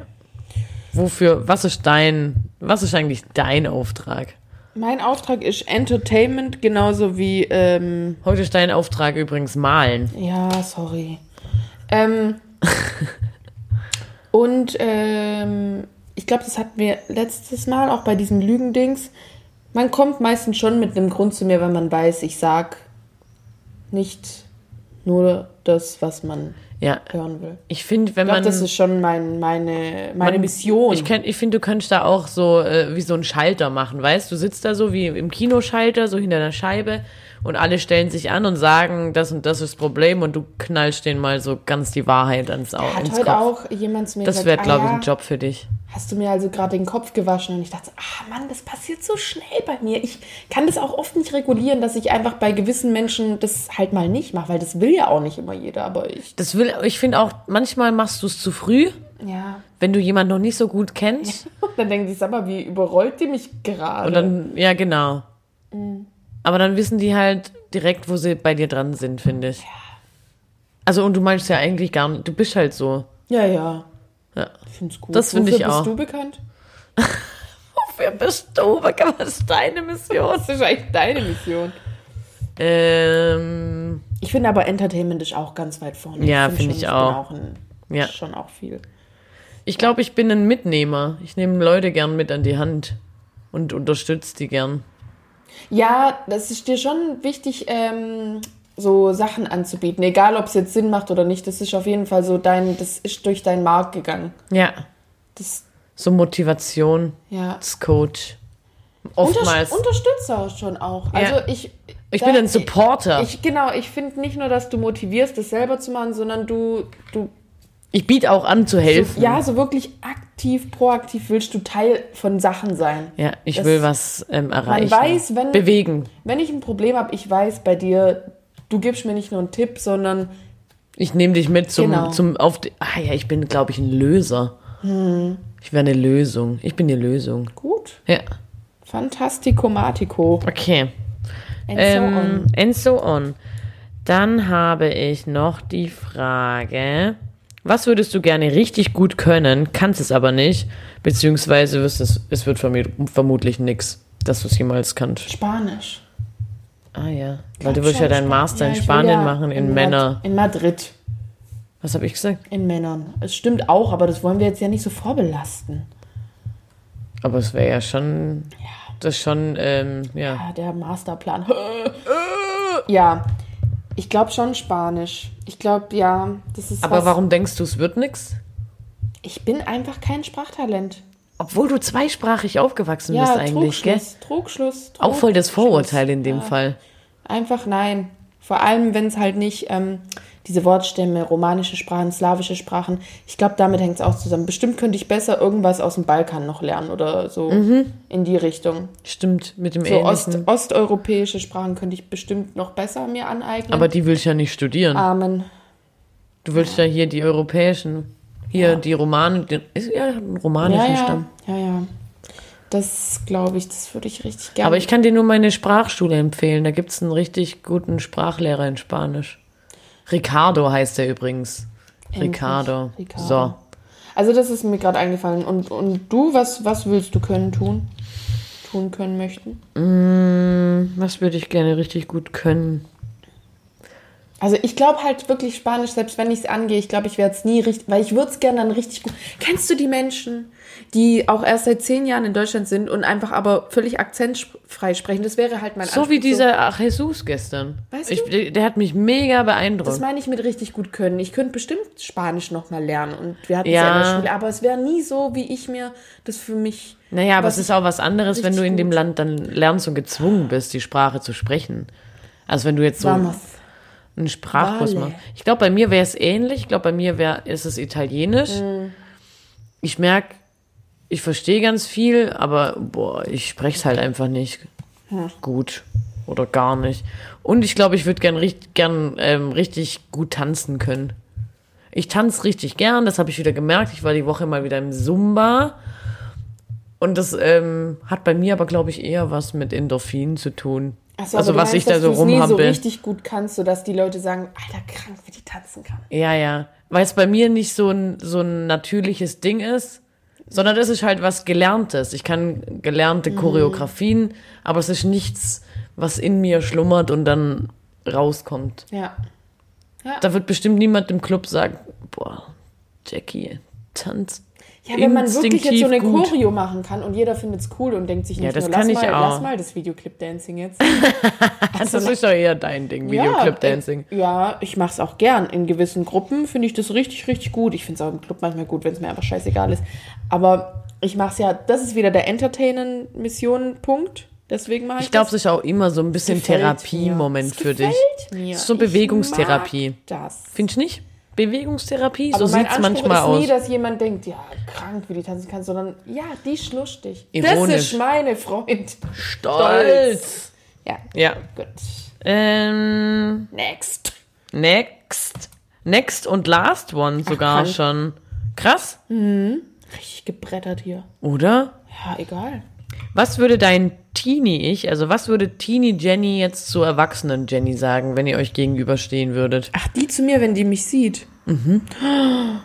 Wofür, was ist dein, was ist eigentlich dein Auftrag? Mein Auftrag ist Entertainment, genauso wie, ähm, Heute ist dein Auftrag übrigens malen. ja, sorry. Ähm, und ähm, ich glaube, das hatten wir letztes Mal auch bei diesem Lügendings. Man kommt meistens schon mit einem Grund zu mir, wenn man weiß, ich sag nicht nur das, was man Ja. hören will. Ich finde, wenn Ich glaube, man. das ist schon mein, meine, meine Man- Mission. Ich, kenn- ich finde, du könntest da auch so äh, wie so einen Schalter machen, weißt du? sitzt da so wie im Kinoschalter, so hinter einer Scheibe und alle stellen sich an und sagen, das und das ist das Problem und du knallst denen mal so ganz die Wahrheit ans, Au Hat ins heute Kopf. auch jemand zu mir das gesagt, wäre, ah glaube ich, ja, ein Job für dich. hast du mir also gerade den Kopf gewaschen und ich dachte, so, ah Mann, das passiert so schnell bei mir. Ich kann das auch oft nicht regulieren, dass ich einfach bei gewissen Menschen das halt mal nicht mache, weil das will ja auch nicht immer jeder, aber ich. Das will, ich finde auch, manchmal machst du es zu früh, Ja. wenn du jemanden noch nicht so gut kennst. Und dann denken die, sag mal, wie überrollt die mich gerade? Und dann, ja, genau. Aber dann wissen die halt direkt, wo sie bei dir dran sind, finde ich. Also, und du meinst ja eigentlich gar nicht, du bist halt so. Ja, ja. Ja. Ich find's gut. Das find Wofür ich auch. bist du bekannt? Wofür bist du? Was ist deine Mission? Das ist eigentlich deine Mission. Ähm, Ich finde aber Entertainment ist auch ganz weit vorne. Ja, find find schon, ich bin auch. ein, Ja. Schon auch viel. ich glaube, ich bin ein Mitnehmer. Ich nehme Leute gern mit an die Hand und unterstütze die gern. Ja, das ist dir schon wichtig, ähm, so Sachen anzubieten, egal ob es jetzt Sinn macht oder nicht. Das ist auf jeden Fall so dein, das ist durch deinen Markt gegangen. Ja. Das, So Motivationscoach. ja. Oftmals. Unterst- Unterstützer schon auch. Ja. Also ich. ich bin ein Supporter. Ich, Ich, genau, ich finde nicht nur, dass du motivierst, das selber zu machen, sondern du, du biete auch an zu helfen. so, ja, so wirklich aktiv, proaktiv willst du Teil von Sachen sein. Ja, ich Das- will was ähm, erreichen. weiß, wenn- Bewegen. Wenn ich ein Problem habe, ich weiß bei dir, du gibst mir nicht nur einen Tipp, sondern Ich nehme dich mit zum, Genau. zum auf. die- Ah ja, ich bin, glaube ich, ein Löser. Hm. Ich wäre eine Lösung. Ich bin die Lösung. gut, Ja. fantasticomatico. Okay. And so on. Ähm, and so on. Dann habe ich noch die Frage, was würdest du gerne richtig gut können, kannst es aber nicht, beziehungsweise wirst es, es wird verm- vermutlich nix, dass du es jemals kannst. Spanisch. Ah ja, weil du wirst ja deinen Master in Ja, ich will Spanien ja machen, in Mad- Männer. In Madrid, Was habe ich gesagt? in Männern. Es stimmt auch, aber das wollen wir jetzt ja nicht so vorbelasten. Aber es wäre ja schon, das ist schon, ähm, ja. Ah, der Masterplan. ja, ich glaube schon Spanisch. Ich glaube, ja, das ist Aber was. warum denkst du, es wird nix? Ich bin einfach kein Sprachtalent. Obwohl du zweisprachig aufgewachsen Ja, bist Hm, eigentlich, gell? Trugschluss, Trugschluss, Auch voll das Trugschluss. Ah. Vorurteil in dem Ja. Fall. Einfach nein. Vor allem, wenn es halt nicht ähm, diese Wortstämme, romanische Sprachen, slawische Sprachen, ich glaube, damit hängt es auch zusammen. Bestimmt könnte ich besser irgendwas aus dem Balkan noch lernen oder so Mhm. in die Richtung. Stimmt, mit dem So Ost, Ähnlichen. osteuropäische Sprachen könnte ich bestimmt noch besser mir aneignen. Aber die will ich ja nicht studieren. Amen. Du willst ja hier die europäischen, hier Ja. die Romanen, den, ist ja einen romanischen Ja, ja, Stamm. ja, ja. Das glaube ich, das würde ich richtig gerne. Aber ich kann dir nur meine Sprachschule empfehlen. Da gibt's einen richtig guten Sprachlehrer in Spanisch. Ricardo heißt er übrigens. Endlich. Ricardo. Ricardo. So. Also das ist mir gerade eingefallen. Und, und du, was, was willst du können tun? Tun können möchten? Was würde ich gerne richtig gut können? Also ich glaube halt wirklich Spanisch, selbst wenn ich es angehe, ich glaube, ich werde es nie richtig, weil ich würde es gerne dann richtig gut. Kennst du die Menschen, die auch erst seit zehn Jahren in Deutschland sind und einfach aber völlig akzentfrei sprechen? Das wäre halt mein So wie Anspruch. dieser ach, Jesus gestern. Weißt ich, du? der- Der hat mich mega Das beeindruckt. meine ich mit richtig gut können. Ich könnte bestimmt Spanisch nochmal lernen und wir hatten es ja. Ja. in der Schule, aber es wäre nie so, wie ich mir das für mich. Naja, aber was es ist ich- auch was anderes, wenn richtig du in dem gut. Land dann lernst und gezwungen bist, die Sprache zu sprechen. Also wenn du jetzt so Vamos. einen Sprachkurs Vale. machst. Ich glaube, bei mir wäre es ähnlich. Ich glaube, bei mir wär, ist es Italienisch. Ich merke, ich verstehe ganz viel, aber boah, ich spreche es halt einfach nicht gut oder gar nicht. Und ich glaube, ich würde gern, richt- gern ähm, richtig gut tanzen können. Ich tanze richtig gern, das habe ich wieder gemerkt. Ich war die Woche mal wieder im Zumba. Und das ähm, hat bei mir aber, glaube ich, eher was mit Endorphinen zu tun. Ach so, also aber du was ich meinst, da dass so du's nie so rumhampel. richtig gut kannst, sodass die Leute sagen, Alter, krank, wie die tanzen kann. Ja, ja. Weil es bei mir nicht so ein, so ein natürliches Ding ist, sondern es ist halt was Gelerntes. Ich kann gelernte Mhm. Choreografien, aber es ist nichts, was in mir schlummert und dann rauskommt. Ja. Da wird bestimmt niemand im Club sagen, boah, Jackie, tanzt. Ja, wenn man wirklich jetzt so eine instinktiv gut. Choreo machen kann und jeder findet es cool und denkt sich nicht das nur, kann lass, ich mal, auch. lass mal das Videoclip-Dancing jetzt. Also Das ist doch eher dein Ding, Videoclip-Dancing. Ja, äh, ja, ich mache es auch gern. In gewissen Gruppen finde ich das richtig, richtig gut. Ich finde es auch im Club manchmal gut, wenn es mir einfach scheißegal ist. Aber ich mache es ja, das ist wieder der Entertainen-Mission-Punkt. Deswegen mache ich Ich glaube, es das. ist auch immer so ein bisschen Gefällt mir. Therapiemoment Es für dich. gefällt Mir. So Ich Bewegungstherapie. mag Das. Findest du nicht? Bewegungstherapie, Aber so Also mein sieht's Anspruch manchmal ist aus. nie, dass jemand denkt, ja, krank, wie die tanzen kann, sondern ja, die ist lustig. Das Ironisch. ist meine Freund. Stolz. Ja, Ja. gut. Ähm, Next. next. Next und last one sogar komm. schon. Krass, Richtig gebrettert hier. oder? Ja, egal. Was würde dein Teenie-Ich, also was würde Teenie-Jenny jetzt zur Erwachsenen-Jenny sagen, wenn ihr euch gegenüberstehen würdet? Ach, die zu mir, wenn die mich sieht. Mhm.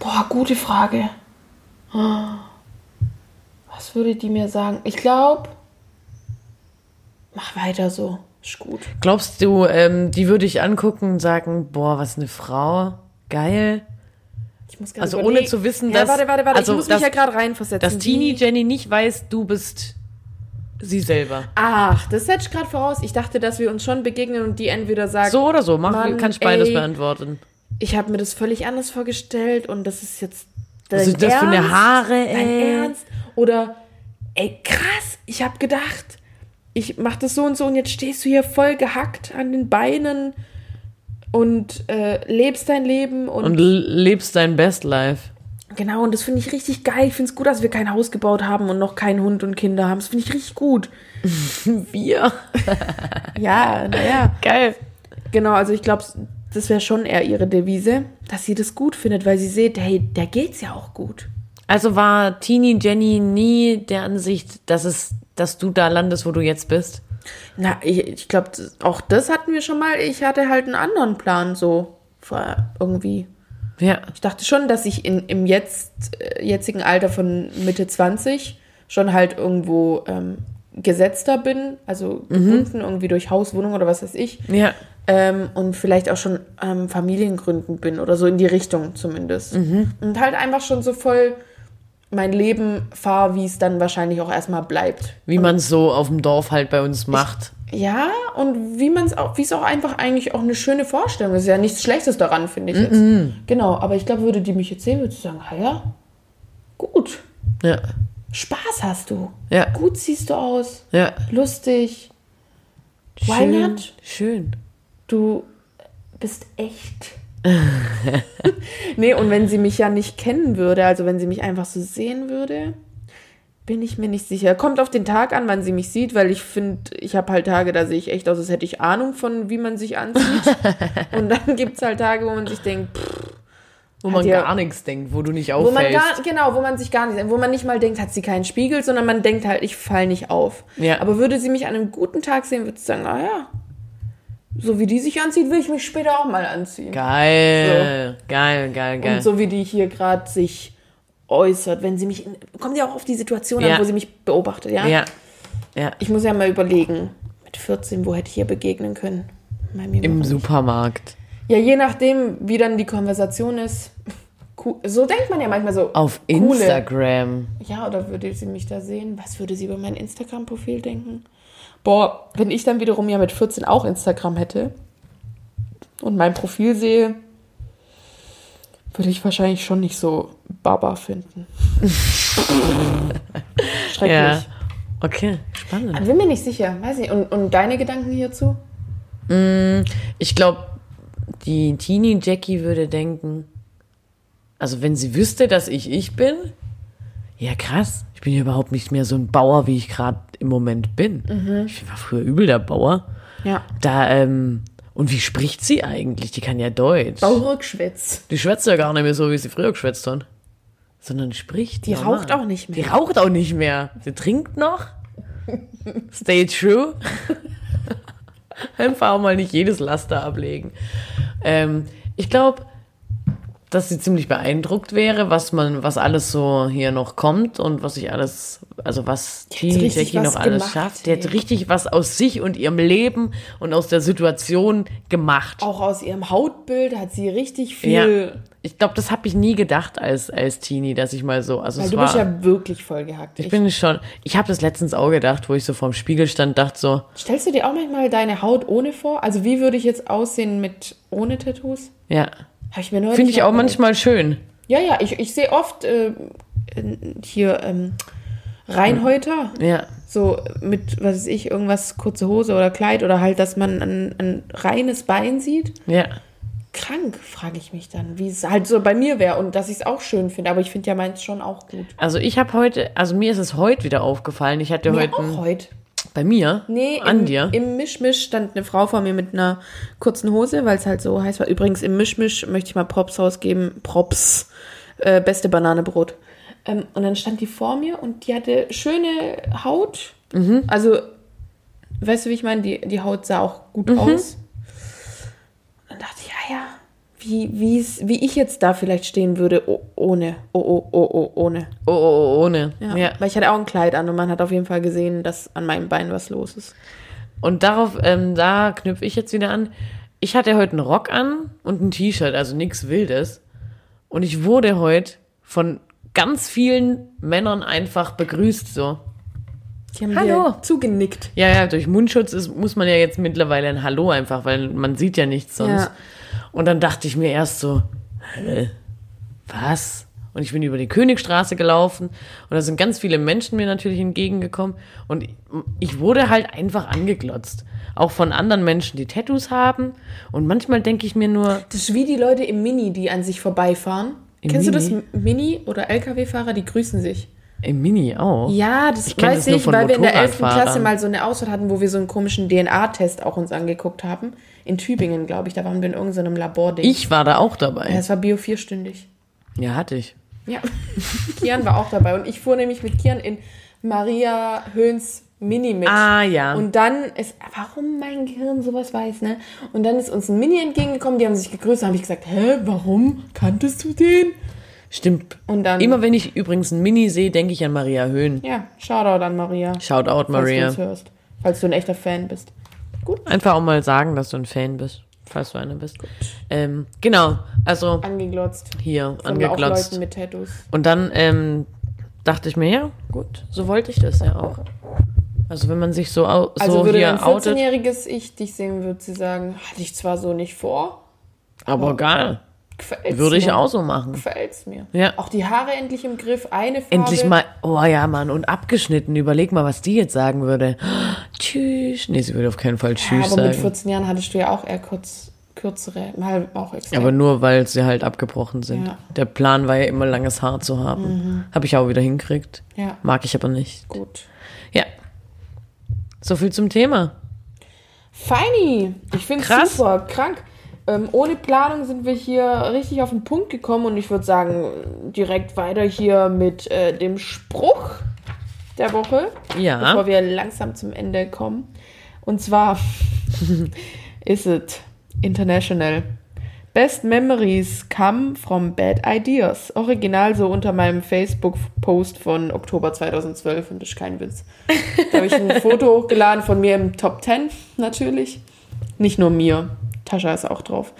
Boah, gute Frage. Was würde die mir sagen? Ich glaube, mach weiter so. Ist gut. Glaubst du, ähm, die würde ich angucken und sagen, boah, was eine Frau, geil? Ich muss grad Also überlegen. ohne zu wissen, ja, dass- Warte, warte, warte. also, ich muss dass- mich ja gerade reinversetzen. Dass Wie- Teenie-Jenny nicht weiß, du bist sie selber. Ach, das setzt gerade voraus. Ich dachte, dass wir uns schon begegnen und die entweder sagt, So oder so, mach, Mann, kannst beides ey. beantworten. ich habe mir das völlig anders vorgestellt und das ist jetzt Was sind das für eine Haare, Dein ey? Ernst? Oder, ey, krass, ich habe gedacht, ich mach das so und so und jetzt stehst du hier voll gehackt an den Beinen und äh, lebst dein Leben und, Und l- lebst dein Best Life. genau, und das finde ich richtig geil. Ich finde es gut, dass wir kein Haus gebaut haben und noch keinen Hund und Kinder haben. Das finde ich richtig gut. Wir. Ja, naja. Geil. Genau, also ich glaube, das wäre schon eher ihre Devise, dass sie das gut findet, weil sie sieht, hey, der geht's ja auch gut. Also war Teenie Jenny nie der Ansicht, dass es, dass du da landest, wo du jetzt bist? Na, ich, ich glaube, auch das hatten wir schon mal. Ich hatte halt einen anderen Plan so vor irgendwie. Ja. Ich dachte schon, dass ich in, im jetzt, äh, jetzigen Alter von Mitte 20 schon halt irgendwo ähm, gesetzter bin, also gebunden irgendwie durch Haus, Wohnung oder was weiß ich. Ja. ähm, und vielleicht auch schon ähm, Familiengründen bin oder so in die Richtung zumindest. Mhm. Und halt einfach schon so voll mein Leben fahre, wie es dann wahrscheinlich auch erstmal bleibt. Wie man es so auf dem Dorf halt bei uns macht. Ja, und wie man es auch, wie es auch einfach eigentlich auch eine schöne Vorstellung ist. Ja, nichts Schlechtes daran, finde ich Mhm. jetzt. Genau, aber ich glaube, würde die mich jetzt sehen, würde sie sagen, ah ja, gut. Ja. Spaß hast du. Ja. Gut siehst du aus. Ja. Lustig. Why schön, not? Schön. Du bist echt. nee, und wenn sie mich ja nicht kennen würde, also wenn sie mich einfach so sehen würde, bin ich mir nicht sicher. Kommt auf den Tag an, wann sie mich sieht, weil ich finde, ich habe halt Tage, da sehe ich echt aus, als hätte ich Ahnung von, wie man sich anzieht. und dann gibt es halt Tage, wo man sich denkt, pff, Wo man ja- gar nichts denkt, wo du nicht wo man auffällst. gar, genau, wo man sich gar nicht, wo man nicht mal denkt, hat sie keinen Spiegel, sondern man denkt halt, ich fall nicht auf. Ja. Aber würde sie mich an einem guten Tag sehen, würde sie sagen, ah ja, so wie die sich anzieht, will ich mich später auch mal anziehen. geil. geil. Geil, geil, Und so wie die hier gerade sich äußert, wenn sie mich, in, kommt ja auch auf die Situation Ja. an, wo sie mich beobachtet, ja? Ja. Ja. Ich muss ja mal überlegen, mit 14, wo hätte ich ihr begegnen können? Bei mir Im war- Supermarkt. ja, je nachdem, wie dann die Konversation ist. Cool. So denkt man ja manchmal so. Auf coole- Instagram. Ja, oder würde sie mich da sehen? Was würde sie über mein Instagram-Profil denken? Boah, wenn ich dann wiederum ja mit 14 auch Instagram hätte und mein Profil sehe, würde ich wahrscheinlich schon nicht so Baba finden. Schrecklich. Ja. Okay, spannend. Ich Bin mir nicht sicher, weiß nicht. Und, und deine Gedanken hierzu? Ich glaube, die Teenie Jackie würde denken, also wenn sie wüsste, dass ich ich bin, ja krass, ich bin ja überhaupt nicht mehr so ein Bauer, wie ich gerade im Moment bin. Mhm. Ich war früher übel der Bauer. Ja. Da, ähm, und wie spricht sie eigentlich? Die kann ja Deutsch. Baurückschwitz. Die schwätzt ja gar nicht mehr so, wie sie früher geschwätzt hat. Sondern spricht. Die normal. raucht auch nicht mehr. Die raucht auch nicht mehr. Sie trinkt noch. Stay true. Einfach auch mal nicht jedes Laster ablegen. Ähm, ich glaube, dass sie ziemlich beeindruckt wäre, was man, was alles so hier noch kommt und was ich alles, also was Teenie richtig Jackie was noch alles gemacht, schafft. Die ey. hat richtig was aus sich und ihrem Leben und aus der Situation gemacht. Auch aus ihrem Hautbild hat sie richtig viel. Ja. Ich glaube, das habe ich nie gedacht als, als Teenie, dass ich mal so. Also Weil es du war, bist ja wirklich vollgehackt. ich bin schon. Ich habe das letztens auch gedacht, wo ich so vorm Spiegel stand, dachte so, Stellst du dir auch manchmal deine Haut ohne vor? Also wie würde ich jetzt aussehen mit ohne Tattoos? ja. Habe ich mir neulich Finde ich mal auch überlegt. manchmal schön. Ja, ja, ich, ich sehe oft äh, hier ähm, Reinhäuter. Ja. So mit, was weiß ich, irgendwas, kurze Hose oder Kleid oder halt, dass man ein, ein reines Bein sieht. Ja. Krank, frage ich mich dann, wie es halt so bei mir wäre und dass ich es auch schön finde. Aber ich finde ja meins schon auch gut. Also ich habe heute, also mir ist es heute wieder aufgefallen. Ich hatte Mir heute, auch heute. bei mir, Nee, an im, dir. im Mischmisch stand eine Frau vor mir mit einer kurzen Hose, weil es halt so heiß war. Übrigens, im Mischmisch möchte ich mal Props rausgeben. Props. Äh, beste Bananebrot. Ähm, und dann stand die vor mir und die hatte schöne Haut. Mhm. Also, weißt du, wie ich meine? Die, die Haut sah auch gut Mhm. aus. Und dann dachte ich, ja, ja, wie, wie's, wie ich jetzt da vielleicht stehen würde, oh, ohne. Oh, oh, oh, oh, ohne. oh, oh, oh, ohne. Ja. ja. Weil ich hatte auch ein Kleid an und man hat auf jeden Fall gesehen, dass an meinem Bein was los ist. Und darauf, ähm, da knüpfe ich jetzt wieder an. Ich hatte heute einen Rock an und ein T-Shirt, also nichts Wildes. Und ich wurde heute von ganz vielen Männern einfach begrüßt, so. Die haben Hallo. dir zugenickt. Ja, ja, durch Mundschutz ist, muss man ja jetzt mittlerweile ein Hallo einfach, weil man sieht ja nichts sonst. Ja. Und dann dachte ich mir erst so, hä, was? Und ich bin über die Königstraße gelaufen und da sind ganz viele Menschen mir natürlich entgegengekommen und ich wurde halt einfach angeglotzt. Auch von anderen Menschen, die Tattoos haben. Und manchmal denke ich mir nur, Das ist wie die Leute im Mini, die an sich vorbeifahren. Im Kennst du das Mini? M- Mini oder LKW-Fahrer, die grüßen sich? im Mini auch. Ja, das kenn weiß das nur ich, von weil wir in der 11. Motorradfahrern. Klasse mal so eine Ausfahrt hatten, wo wir so einen komischen DNA-Test auch uns angeguckt haben. In Tübingen, glaube ich. Da waren wir in irgendeinem Labording. Ich war da auch Ja, dabei. es war Bio vierstündig. Ja, hatte ich. Ja. Kian war auch dabei. Und ich fuhr nämlich mit Kian in Maria Höhns Mini mit. Ah, ja. Und dann ist, warum mein Gehirn sowas weiß, ne? Und dann ist uns ein Mini entgegengekommen, die haben sich gegrüßt, habe ich gesagt, hä, warum kanntest du den? Stimmt. Und dann- Immer wenn ich übrigens ein Mini sehe, denke ich an Maria Höhn. Ja, Shoutout an Maria. Shout out, Maria. Falls du uns hörst. Falls du ein echter Fan bist. Einfach auch mal sagen, dass du ein Fan bist, falls du einer bist. Ähm, genau, also Angeglotzt. hier Von auch angeglotzt. Leuten mit Tattoos. Und dann ähm, dachte ich mir, ja, gut, so wollte ich das ja auch. Also wenn man sich so, au- so Also würde ein hier outet, 14-jähriges Ich dich sehen, würde sie sagen, hatte ich zwar so nicht vor, aber geil. Gefällt's Würde ich mir. auch so machen. Gefällt's mir. Ja. Auch die Haare endlich im Griff, eine Farbe. Endlich mal, oh ja, Mann, und abgeschnitten. Überleg mal, was die jetzt sagen würde. Tschüss. Nee, sie würde auf keinen Fall Ja, Tschüss aber mit sagen. 14 Jahren hattest du ja auch eher kurz, kürzere, mal auch extra. Aber nur, weil sie halt abgebrochen sind. Ja. Mhm. Der Plan war ja immer, langes Haar zu haben. Habe ich auch wieder hinkriegt. Ja. Mag ich aber nicht. gut. Ja. So viel zum Thema. Feini, ich finde Krass. super, krank. Ähm, ohne Planung sind wir hier richtig auf den Punkt gekommen und ich würde sagen, direkt weiter hier mit äh, dem Spruch der Woche, bevor Ja. wir langsam zum Ende kommen. Und zwar ist es international. Best Memories come from bad ideas. Original so unter meinem Facebook-Post von Oktober 2012 und das ist kein Witz. Da habe ich ein Foto hochgeladen von mir im Top 10 natürlich. Nicht nur mir. Tascha ist auch drauf.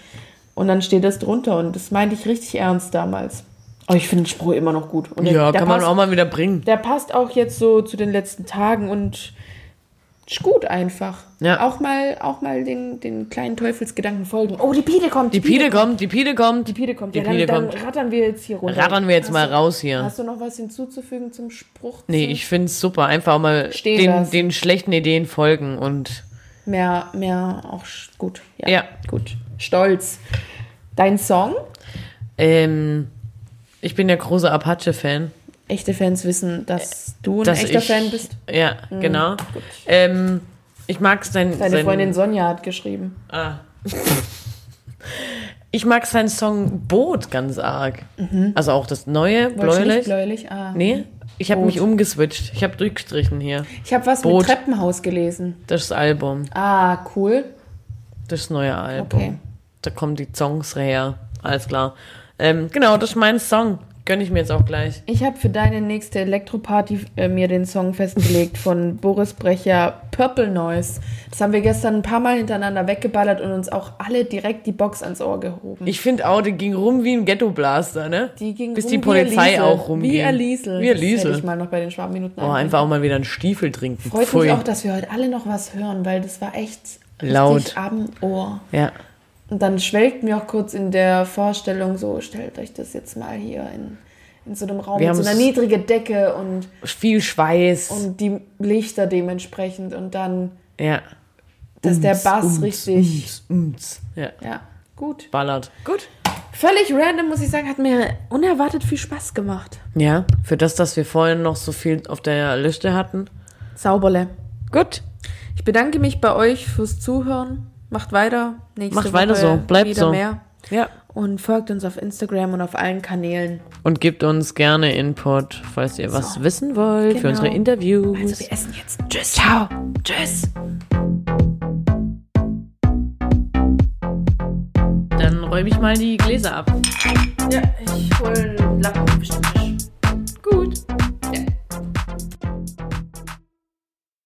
Und dann steht das drunter und das meinte ich richtig ernst damals. Aber ich finde den Spruch immer noch gut. Und der- Ja, der kann man passt- auch mal wieder bringen. der passt auch jetzt so zu den letzten Tagen und ist gut einfach. Ja. Auch mal, auch mal den, den kleinen Teufelsgedanken folgen. Oh, die Pide kommt. Die Pide kommt, die Pide kommt. Die Pide kommt. Die ja, dann, Pide dann kommt. rattern wir jetzt hier runter. Rattern wir jetzt mal raus hier. Hast du noch was hinzuzufügen zum Spruch? Nee, Zum ich find's super. Einfach mal Stehen den, lassen. den schlechten Ideen folgen und Mehr, mehr auch sch- gut. Ja, Ja. gut. Stolz. Dein Song? ähm, ich bin ja großer Apache-Fan. Echte Fans wissen, dass du ein Äh, dass echter ich, Fan bist. Mhm. Ja, genau. Ähm, ich mag sein, Deine sein Ah. Freundin Sonja hat geschrieben. Ich mag seinen Song Boot ganz arg. Also auch das Wolltest neue, du Mhm. nicht bläulich. bläulich? Ah. Nee, ich habe Boot. mich umgeswitcht. Ich habe durchgestrichen hier. Ich habe was Boot. mit Treppenhaus gelesen. Das Album, Ah, cool. das neue Album. Okay. Da kommen die Songs her. Alles klar. Ähm, genau, das ist mein Song. Gönne ich mir jetzt auch gleich. Ich habe für deine nächste Elektroparty äh, mir den Song festgelegt von Boris Brecher Purple Noise. Das haben wir gestern ein paar Mal hintereinander weggeballert und uns auch alle direkt die Box ans Ohr gehoben. Ich finde auch, die ging rum wie ein Ghetto-Blaster, ne? die ging Bis rum die wie Polizei Elise, auch rumging. Wie Aliesel. Wie Das hätte Aliesel. ich mal noch bei den Schwabenminuten Oh, einbringen. einfach auch mal wieder einen Stiefel trinken. Freut Pfui. mich auch, dass wir heute alle noch was hören, weil das war echt richtig Laut. am Ohr. Ja. Und dann schwelgt mir auch kurz in der Vorstellung so, stellt euch das jetzt mal hier in, in so einem Raum Wir mit so haben's- einer niedrigen Decke und Viel Schweiß. und die Lichter dementsprechend und dann, ja. dass der Ums, Bass ums, richtig. Ums, ums. Ja. Ja, gut. Ballert. Gut. Völlig random, muss ich sagen, hat mir unerwartet viel Spaß gemacht. Ja, für das, dass wir vorhin noch so viel auf der Liste hatten. Sauberle. Gut. Ich bedanke mich bei euch fürs Zuhören. Macht weiter. Nächste Macht weiter Woche so. Bleibt wieder so. mehr. Ja. Und folgt uns auf Instagram und auf allen Kanälen. Und gebt uns gerne Input, falls ihr was wissen wollt Genau. für unsere Interviews. Also wir essen jetzt. Tschüss. Ciao. Tschüss. Dann räume ich mal die Gläser ab. Ja, ich hole einen Lappen bestimmt.